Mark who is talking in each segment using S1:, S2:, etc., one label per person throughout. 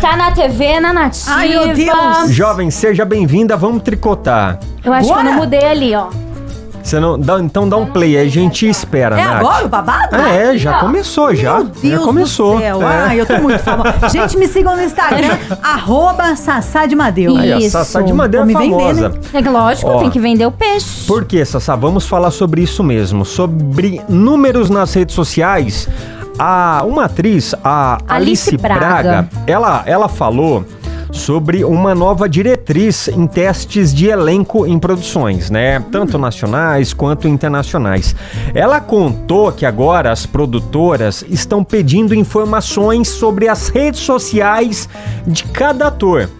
S1: Tá na TV, na nativa.
S2: Ai, meu Deus.
S3: Jovem, seja bem-vinda, vamos tricotar.
S1: Eu acho que eu
S2: Bora?
S1: não mudei ali, ó.
S3: Você não, dá- então dá um play, a gente espera,
S2: É
S3: Nath.
S2: agora o babado?
S3: Ah, é, já começou, já.
S2: Meu Deus
S3: já começou.
S2: do céu.
S3: É.
S2: Ai, eu tô muito famosa. Gente, me sigam no Instagram, arroba Sassá de Madeu.
S3: Aí, a
S1: Isso.
S3: Sassá de Madeira
S2: Vou
S3: é
S2: me vender,
S3: famosa.
S2: né?
S1: É que lógico,
S3: Ó.
S1: tem que vender o peixe.
S3: Por quê, Sassá? Vamos falar sobre isso mesmo. Sobre números nas redes sociais. A, uma atriz, a
S1: Alice
S3: Alice,
S1: Braga.
S3: Braga, ela, ela falou sobre uma nova diretriz em testes de elenco em produções, né? Tanto nacionais quanto internacionais. Ela contou que agora as produtoras estão pedindo informações sobre as redes sociais de cada ator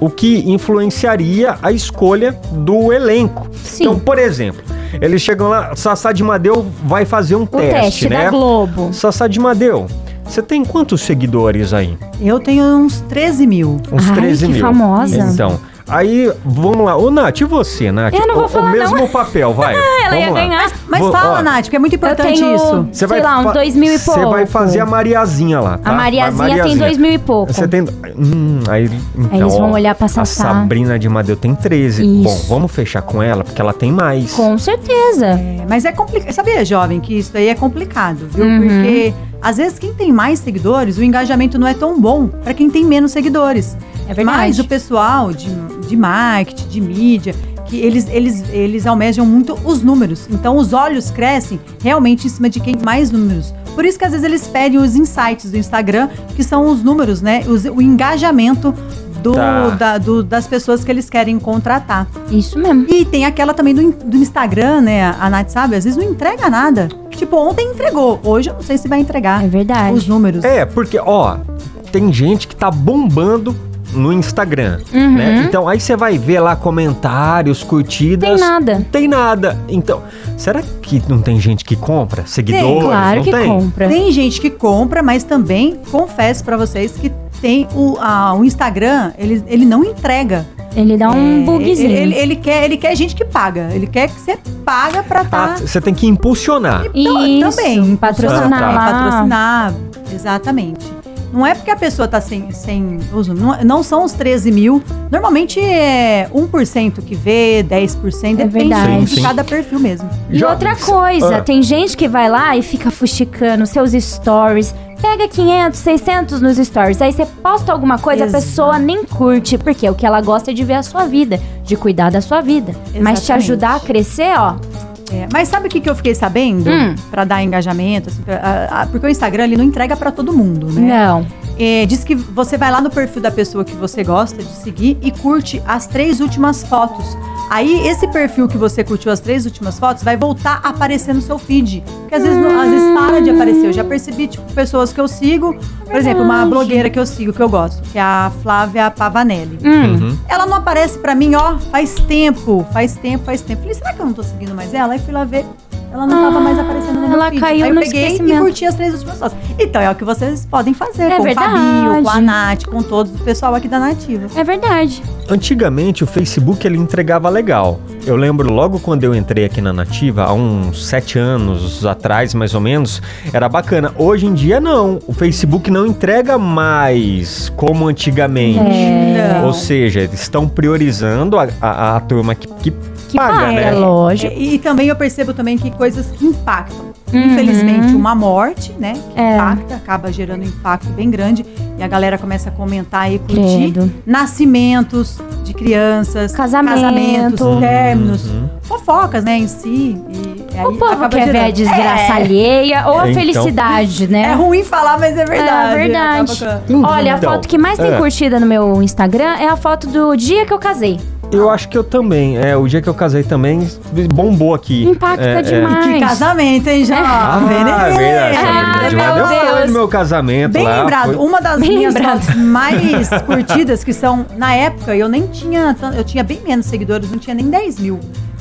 S3: o que influenciaria a escolha do elenco.
S1: Sim.
S3: Então, por exemplo, eles chegam lá, Sassá de Madeu vai fazer um
S1: o
S3: teste,
S1: teste
S3: né?
S1: da Globo.
S3: Sassá de Madeu, você tem quantos seguidores aí?
S2: Eu tenho uns 13 mil.
S3: Uns
S1: Ai,
S3: 13
S1: que
S3: mil.
S1: famosa.
S3: Então, aí, vamos lá. Ô, Nath, e você, Nath?
S1: Eu não vou
S3: o,
S1: falar,
S3: o mesmo papel, vai.
S1: Ela
S3: vamos
S1: ia
S3: lá.
S1: ganhar.
S2: Mas
S3: Vou-
S2: fala,
S3: ó,
S2: Nath, porque é muito importante
S1: tenho-
S2: isso.
S3: Você
S1: Sei
S3: vai
S1: lá, uns
S3: fa-
S1: dois mil e
S3: Você vai
S1: pouco.
S3: fazer a Mariazinha lá, tá?
S1: A Mariazinha tem dois mil e pouco.
S3: Você tem. Hum, aí, então,
S1: eles vão
S3: ó,
S1: olhar pra
S3: A
S1: Sassá.
S3: Sabrina de Madeu tem 13.
S1: Isso.
S3: Bom, vamos fechar com ela, porque ela tem mais.
S1: Com certeza.
S2: É, mas é complicado. Sabia, jovem, que isso daí é complicado, viu?
S1: Uhum.
S2: Porque às vezes quem tem mais seguidores, o engajamento não é tão bom pra quem tem menos seguidores.
S1: É verdade.
S2: Mas o pessoal de, de marketing, de mídia, que eles, eles, eles almejam muito os números. Então os olhos crescem realmente em cima de quem tem mais números. Por isso que às vezes eles pedem os insights do Instagram, que são os números, né? Os- o engajamento do-
S3: Tá.
S2: da- do- das pessoas que eles querem contratar.
S1: Isso mesmo.
S2: E tem aquela também do, in- do Instagram, né? A Nath sabe, às vezes não entrega nada. Tipo, ontem entregou, hoje eu não sei se vai entregar
S1: É verdade.
S2: os números.
S3: É, porque, ó, tem gente que tá bombando no Instagram,
S1: Uhum.
S3: né? Então aí você vai ver lá comentários,
S1: Tem
S3: curtidas.
S1: nada.
S3: Não tem nada. Então, será que não tem gente que compra? Seguidores?
S1: claro
S3: não
S1: que
S3: tem?
S1: compra.
S2: Tem gente que compra, mas também confesso pra vocês que tem o, a- o Instagram, ele, ele não entrega.
S1: Ele dá um
S2: É,
S1: bugzinho.
S2: Ele, ele quer, ele quer gente que paga. Ele quer que você paga pra
S3: Ah,
S2: tá.
S3: você tem que impulsionar.
S2: Então,
S1: Isso,
S2: também.
S1: patrocinar
S2: impulsionar,
S1: lá.
S2: Patrocinar, exatamente. Não é porque a pessoa tá sem, sem uso, não, é, não são os 13 mil. Normalmente é 1% que vê, 10%,
S1: É
S2: depende
S1: verdade.
S2: de
S3: Sim, sim.
S2: cada perfil mesmo.
S1: E outra
S3: Jovens,
S1: coisa,
S3: ah.
S1: tem gente que vai lá e fica fuxicando seus stories. Pega 500, 600 nos stories. Aí você posta alguma coisa, a
S2: Exato.
S1: pessoa nem curte. Porque o que ela gosta é de ver a sua vida, de cuidar da sua vida. Mas te
S2: Exatamente.
S1: ajudar a crescer, ó.
S2: É, mas sabe o que, que eu fiquei sabendo?
S1: Hum.
S2: Pra dar engajamento, assim, pra- a- a- porque o Instagram ele não entrega pra todo mundo, né?
S1: Não.
S2: É, diz que você vai lá no perfil da pessoa que você gosta de seguir e curte as três últimas fotos. Aí, esse perfil que você curtiu as três últimas fotos vai voltar a aparecer no seu feed. Porque às vezes, não- às vezes para de aparecer. Eu já percebi, tipo, pessoas que eu sigo. Por exemplo, uma
S1: Verdade.
S2: blogueira que eu sigo, que eu gosto, que é a Flávia Pavanelli.
S1: Hum.
S3: Uhum.
S2: Ela não aparece pra mim, ó, faz tempo, faz tempo, faz tempo. Falei, será que eu não tô seguindo mais ela? Aí fui lá ver. Ela não tava mais aparecendo no meu
S1: Ah, ela
S2: feed.
S1: caiu
S2: Aí eu
S1: no
S2: peguei e
S1: esquecimento.
S2: curti as três últimas fotos. Então é o que vocês podem fazer
S1: É
S2: com
S1: verdade.
S2: o Fabinho, com a Nath, com todos o pessoal aqui da Nativa.
S1: É verdade.
S3: Antigamente o Facebook ele entregava legal. Eu lembro logo quando eu entrei aqui na Nativa, há uns sete anos atrás, mais ou menos, era bacana. Hoje em dia não. O Facebook não entrega mais como antigamente.
S2: É.
S3: Ou seja, eles estão priorizando a, a- a turma que, que
S1: Que
S3: paga,
S1: paga, é
S3: né?
S1: lógico.
S2: E, e também eu percebo também que coisas que impactam.
S1: Uhum.
S2: Infelizmente, uma morte, né? Que
S1: É.
S2: impacta, acaba gerando um impacto bem grande. E a galera começa a comentar e curtir.
S1: Credo.
S2: Nascimentos de crianças,
S1: Casamento.
S2: casamentos, términos,
S3: Uhum.
S2: fofocas, né, em si. E aí
S1: O povo
S2: acaba É.
S1: quer ver a
S2: gerando.
S1: desgraça alheia ou a
S3: Então-
S1: felicidade,
S2: É, é
S1: né? Ah,
S2: ruim falar, mas é verdade.
S1: verdade.
S2: Acaba com-
S1: Olha, a
S3: Então,
S1: foto que mais tem
S3: é.
S1: curtida no meu Instagram é a foto do dia que eu casei.
S3: Eu acho que eu também. É, o dia que eu casei também bombou aqui.
S1: Impacta
S3: É, é.
S1: demais.
S2: Que casamento, hein, jovem?
S3: Ah,
S2: Hein?
S3: verdade.
S1: Ah,
S3: Sabrina de
S1: meu
S3: Madeira. Eu falei
S1: Deus.
S3: do meu casamento
S2: Bem
S3: lá.
S2: lembrado,
S3: foi-
S2: uma das
S1: Bem
S2: minhas
S1: lembrado.
S2: fotos mais curtidas, que são, na época, eu nem tinha, tan- eu tinha bem menos seguidores, não tinha nem 10 mil.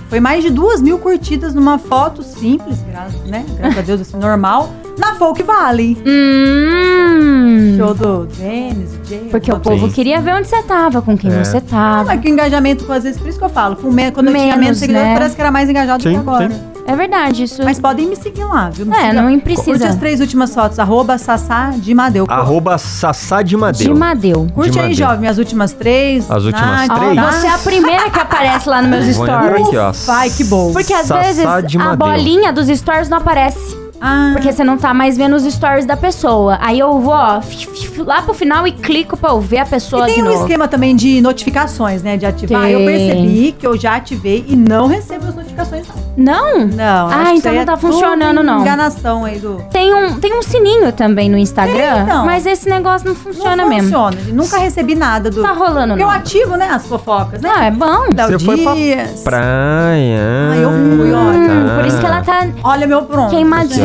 S2: Foi mais de duas mil curtidas numa foto simples, graças, né? Graças a Deus, assim, normal, na Folk Valley.
S1: Hum.
S2: Show do Dennis, Jay.
S1: Porque o
S2: alguma coisa
S1: povo
S3: Sim.
S1: queria ver onde você tava, com quem
S3: É.
S1: você
S2: Não,
S1: tava.
S2: é que o engajamento, às vezes, por isso que eu falo, com me- quando eu tinha
S1: Menos,
S2: menos seguidores,
S1: né?
S2: parece que era mais engajado do
S3: Sim,
S2: que agora.
S3: sim.
S1: É verdade, isso.
S2: Mas podem me seguir lá, viu? Me
S1: é,
S2: siga-
S1: não
S2: Curte as
S1: precisa.
S2: três últimas fotos, arroba Sassá de Madeu.
S3: Arroba Sassá
S2: é
S3: de
S1: De
S3: Madeu.
S1: Madeu.
S2: Curte
S3: de
S2: aí,
S3: Madeu.
S2: jovem, as últimas três.
S3: As últimas
S1: Ó,
S2: Nath,
S3: três?
S2: tá?
S1: você é a primeira que aparece lá nos meus
S3: Vou entrar
S1: stories.
S3: aqui, ó.
S2: Vai, que bom.
S1: Porque às
S3: Sassá
S1: vezes
S3: de
S1: a
S3: Madeu.
S1: bolinha dos stories não aparece.
S2: Ah,
S1: Porque você não tá mais vendo os stories da pessoa. Aí eu vou, ó, fi- fi- fi- lá pro final e clico pra eu ver a
S2: e
S1: pessoa de
S2: tem um
S1: novo.
S2: esquema também de notificações, né? De ativar.
S1: Tem.
S2: Eu percebi que eu já ativei e não recebo as notificações. não.
S1: Não?
S2: Não,
S1: Ah,
S2: acho que
S1: então
S2: isso aí
S1: não
S2: é
S1: tá
S2: tudo
S1: funcionando, não.
S2: Enganação aí do.
S1: Tem um, tem um sininho também no Instagram,
S2: Tem, então.
S1: mas esse negócio não funciona
S2: não
S1: mesmo.
S2: funciona. Nunca recebi nada do.
S1: Tá rolando,
S2: Porque eu
S1: não.
S2: ativo, né? As fofocas, né?
S1: Ah, é bom.
S2: Léo
S3: Você foi pra
S2: Dias.
S3: Praia.
S2: Ah, eu fui, ó.
S1: Hum, por
S3: Ah.
S1: isso que ela tá
S2: Olha meu pronto.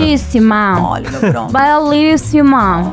S1: queimadíssima.
S2: Olha meu pronto.
S1: Belíssima.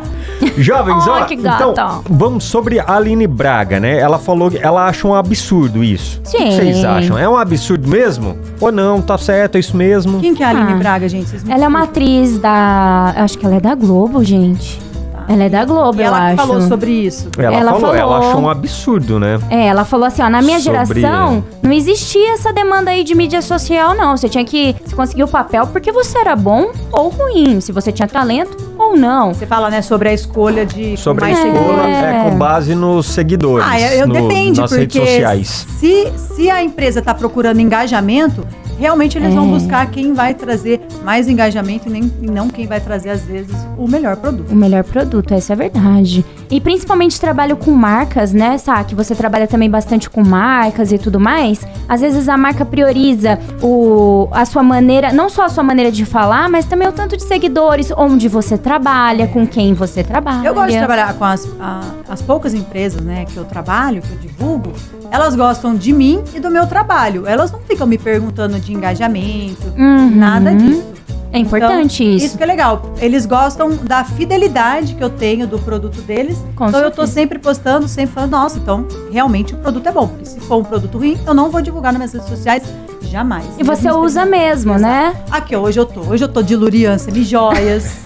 S3: Jovens,
S1: Ai,
S3: ó,
S1: Oh, que
S3: então,
S1: gata.
S3: vamos sobre a Aline Braga, né? Ela falou que ela acha um absurdo isso. O que
S1: Sim.
S3: vocês acham? É um absurdo mesmo? Ou não? Tá certo, é isso mesmo?
S2: Quem que é a Aline
S1: Ah.
S2: Braga, gente? Vocês me
S1: Ela é uma
S2: desculpem,
S1: atriz da. Acho que ela é da Globo, gente.
S2: tá?
S1: Ela é da Globo,
S2: E
S1: eu
S2: ela que
S1: acho.
S2: falou sobre isso.
S3: Ela,
S1: Ela
S3: falou,
S1: falou.
S3: ela achou um absurdo, né?
S1: É, ela falou assim, ó, na minha
S3: Sobre-
S1: geração não existia essa demanda aí de mídia social, não. Você tinha que se conseguir o papel porque você era bom ou ruim, se você tinha talento ou não.
S2: Você fala, né, sobre a escolha de
S3: Sobre a
S1: mais
S3: escola,
S1: seguidores.
S3: é com base nos seguidores.
S2: Ah, eu, eu
S3: no-
S2: depende,
S3: nas
S2: porque
S3: redes sociais.
S2: Se, se a empresa tá procurando engajamento, realmente eles vão
S1: É.
S2: buscar quem vai trazer mais engajamento e, nem, e não quem vai trazer, às vezes, o melhor produto.
S1: O melhor produto, essa é a verdade. E principalmente trabalho com marcas, né, Sá? Que você trabalha também bastante com marcas e tudo mais. Às vezes a marca prioriza o, a sua maneira, não só a sua maneira de falar, mas também o tanto de seguidores, onde você trabalha, com quem você trabalha.
S2: Eu gosto de trabalhar com as, a- as poucas empresas, né, que eu trabalho, que eu divulgo, elas gostam de mim e do meu trabalho. Elas não ficam me perguntando de engajamento,
S1: Uhum.
S2: nada disso.
S1: É importante
S2: Então,
S1: isso.
S2: Isso que é legal. Eles gostam da fidelidade que eu tenho do produto deles.
S1: Com
S2: então eu tô
S1: certeza.
S2: sempre postando, sempre falando, nossa, então realmente o produto é bom. Porque se for um produto ruim, eu não vou divulgar nas minhas redes sociais jamais.
S1: E você
S2: Mesmo
S1: usa
S2: experimentando.
S1: mesmo, né?
S2: Aqui, ó, hoje eu tô. Hoje eu tô de Lurian Semi Joias.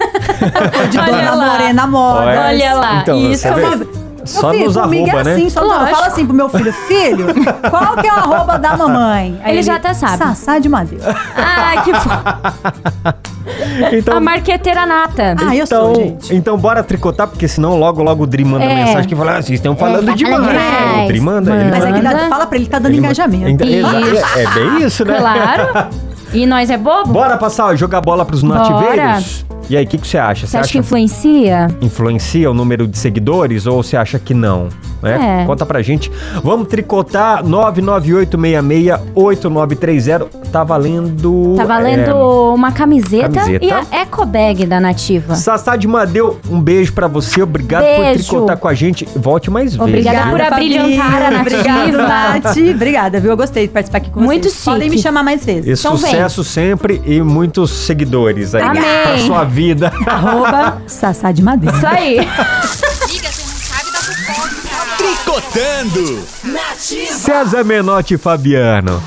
S2: tô de
S1: Olha
S2: Dona
S1: lá.
S2: Morena
S3: Olha.
S2: Modas.
S1: Olha lá,
S3: Então, você
S1: isso.
S2: Eu
S3: vê.
S2: falo,
S3: Só
S2: meu filho,
S3: nos
S2: comigo
S3: arroba,
S2: é
S3: né?
S2: assim, só não.
S1: Lógico.
S2: Fala assim pro meu filho, filho, qual que é o arroba da mamãe?
S1: Ele já até sabe.
S2: Sassá de madeira.
S1: Ah, que fo...
S3: Então,
S1: A marqueteira nata.
S2: Ah, eu sou,
S3: então,
S2: gente.
S3: então bora tricotar, porque senão logo, logo o Dri manda
S1: É.
S3: mensagem que fala, ah, vocês estão falando
S1: tá
S3: demais.
S1: falando
S3: O
S1: demais.
S3: Dri manda, ele
S2: Mas é que
S3: manda.
S2: dá- fala pra ele, tá dando
S3: Ele-
S2: engajamento.
S3: Então,
S1: Isso.
S3: exa- É bem isso, né?
S1: Claro. E nós é bobo?
S3: Bora passar, jogar bola pros
S1: Bora.
S3: nativeiros? E aí, o que, que você acha?
S1: Você acha que influencia?
S3: influencia o número de seguidores ou você acha que não? Né?
S1: É.
S3: Conta pra gente. Vamos tricotar 998668930. Tá valendo.
S1: Tá valendo uma camiseta,
S3: camiseta.
S1: e a eco bag da Nativa.
S3: É... Sassá de Madeu, um beijo pra você. Obrigado por
S1: Beijo.
S3: tricotar com a gente. Volte mais
S1: Obrigada
S3: vezes.
S1: por
S3: viu?
S1: abrilhantar a
S2: Fabi.
S1: nativa.
S2: Obrigada, Nath. Obrigada, viu? Eu gostei de participar aqui com
S1: Muito
S2: vocês. Podem
S1: chique.
S2: me chamar mais vezes.
S3: Esse
S1: Então vem.
S3: sucesso sempre e muitos seguidores aí
S1: Amém.
S3: pra sua vida.
S2: Arroba Sassá de Madeira.
S1: Isso aí.
S4: Tricotando.
S3: César Menotti e Fabiano.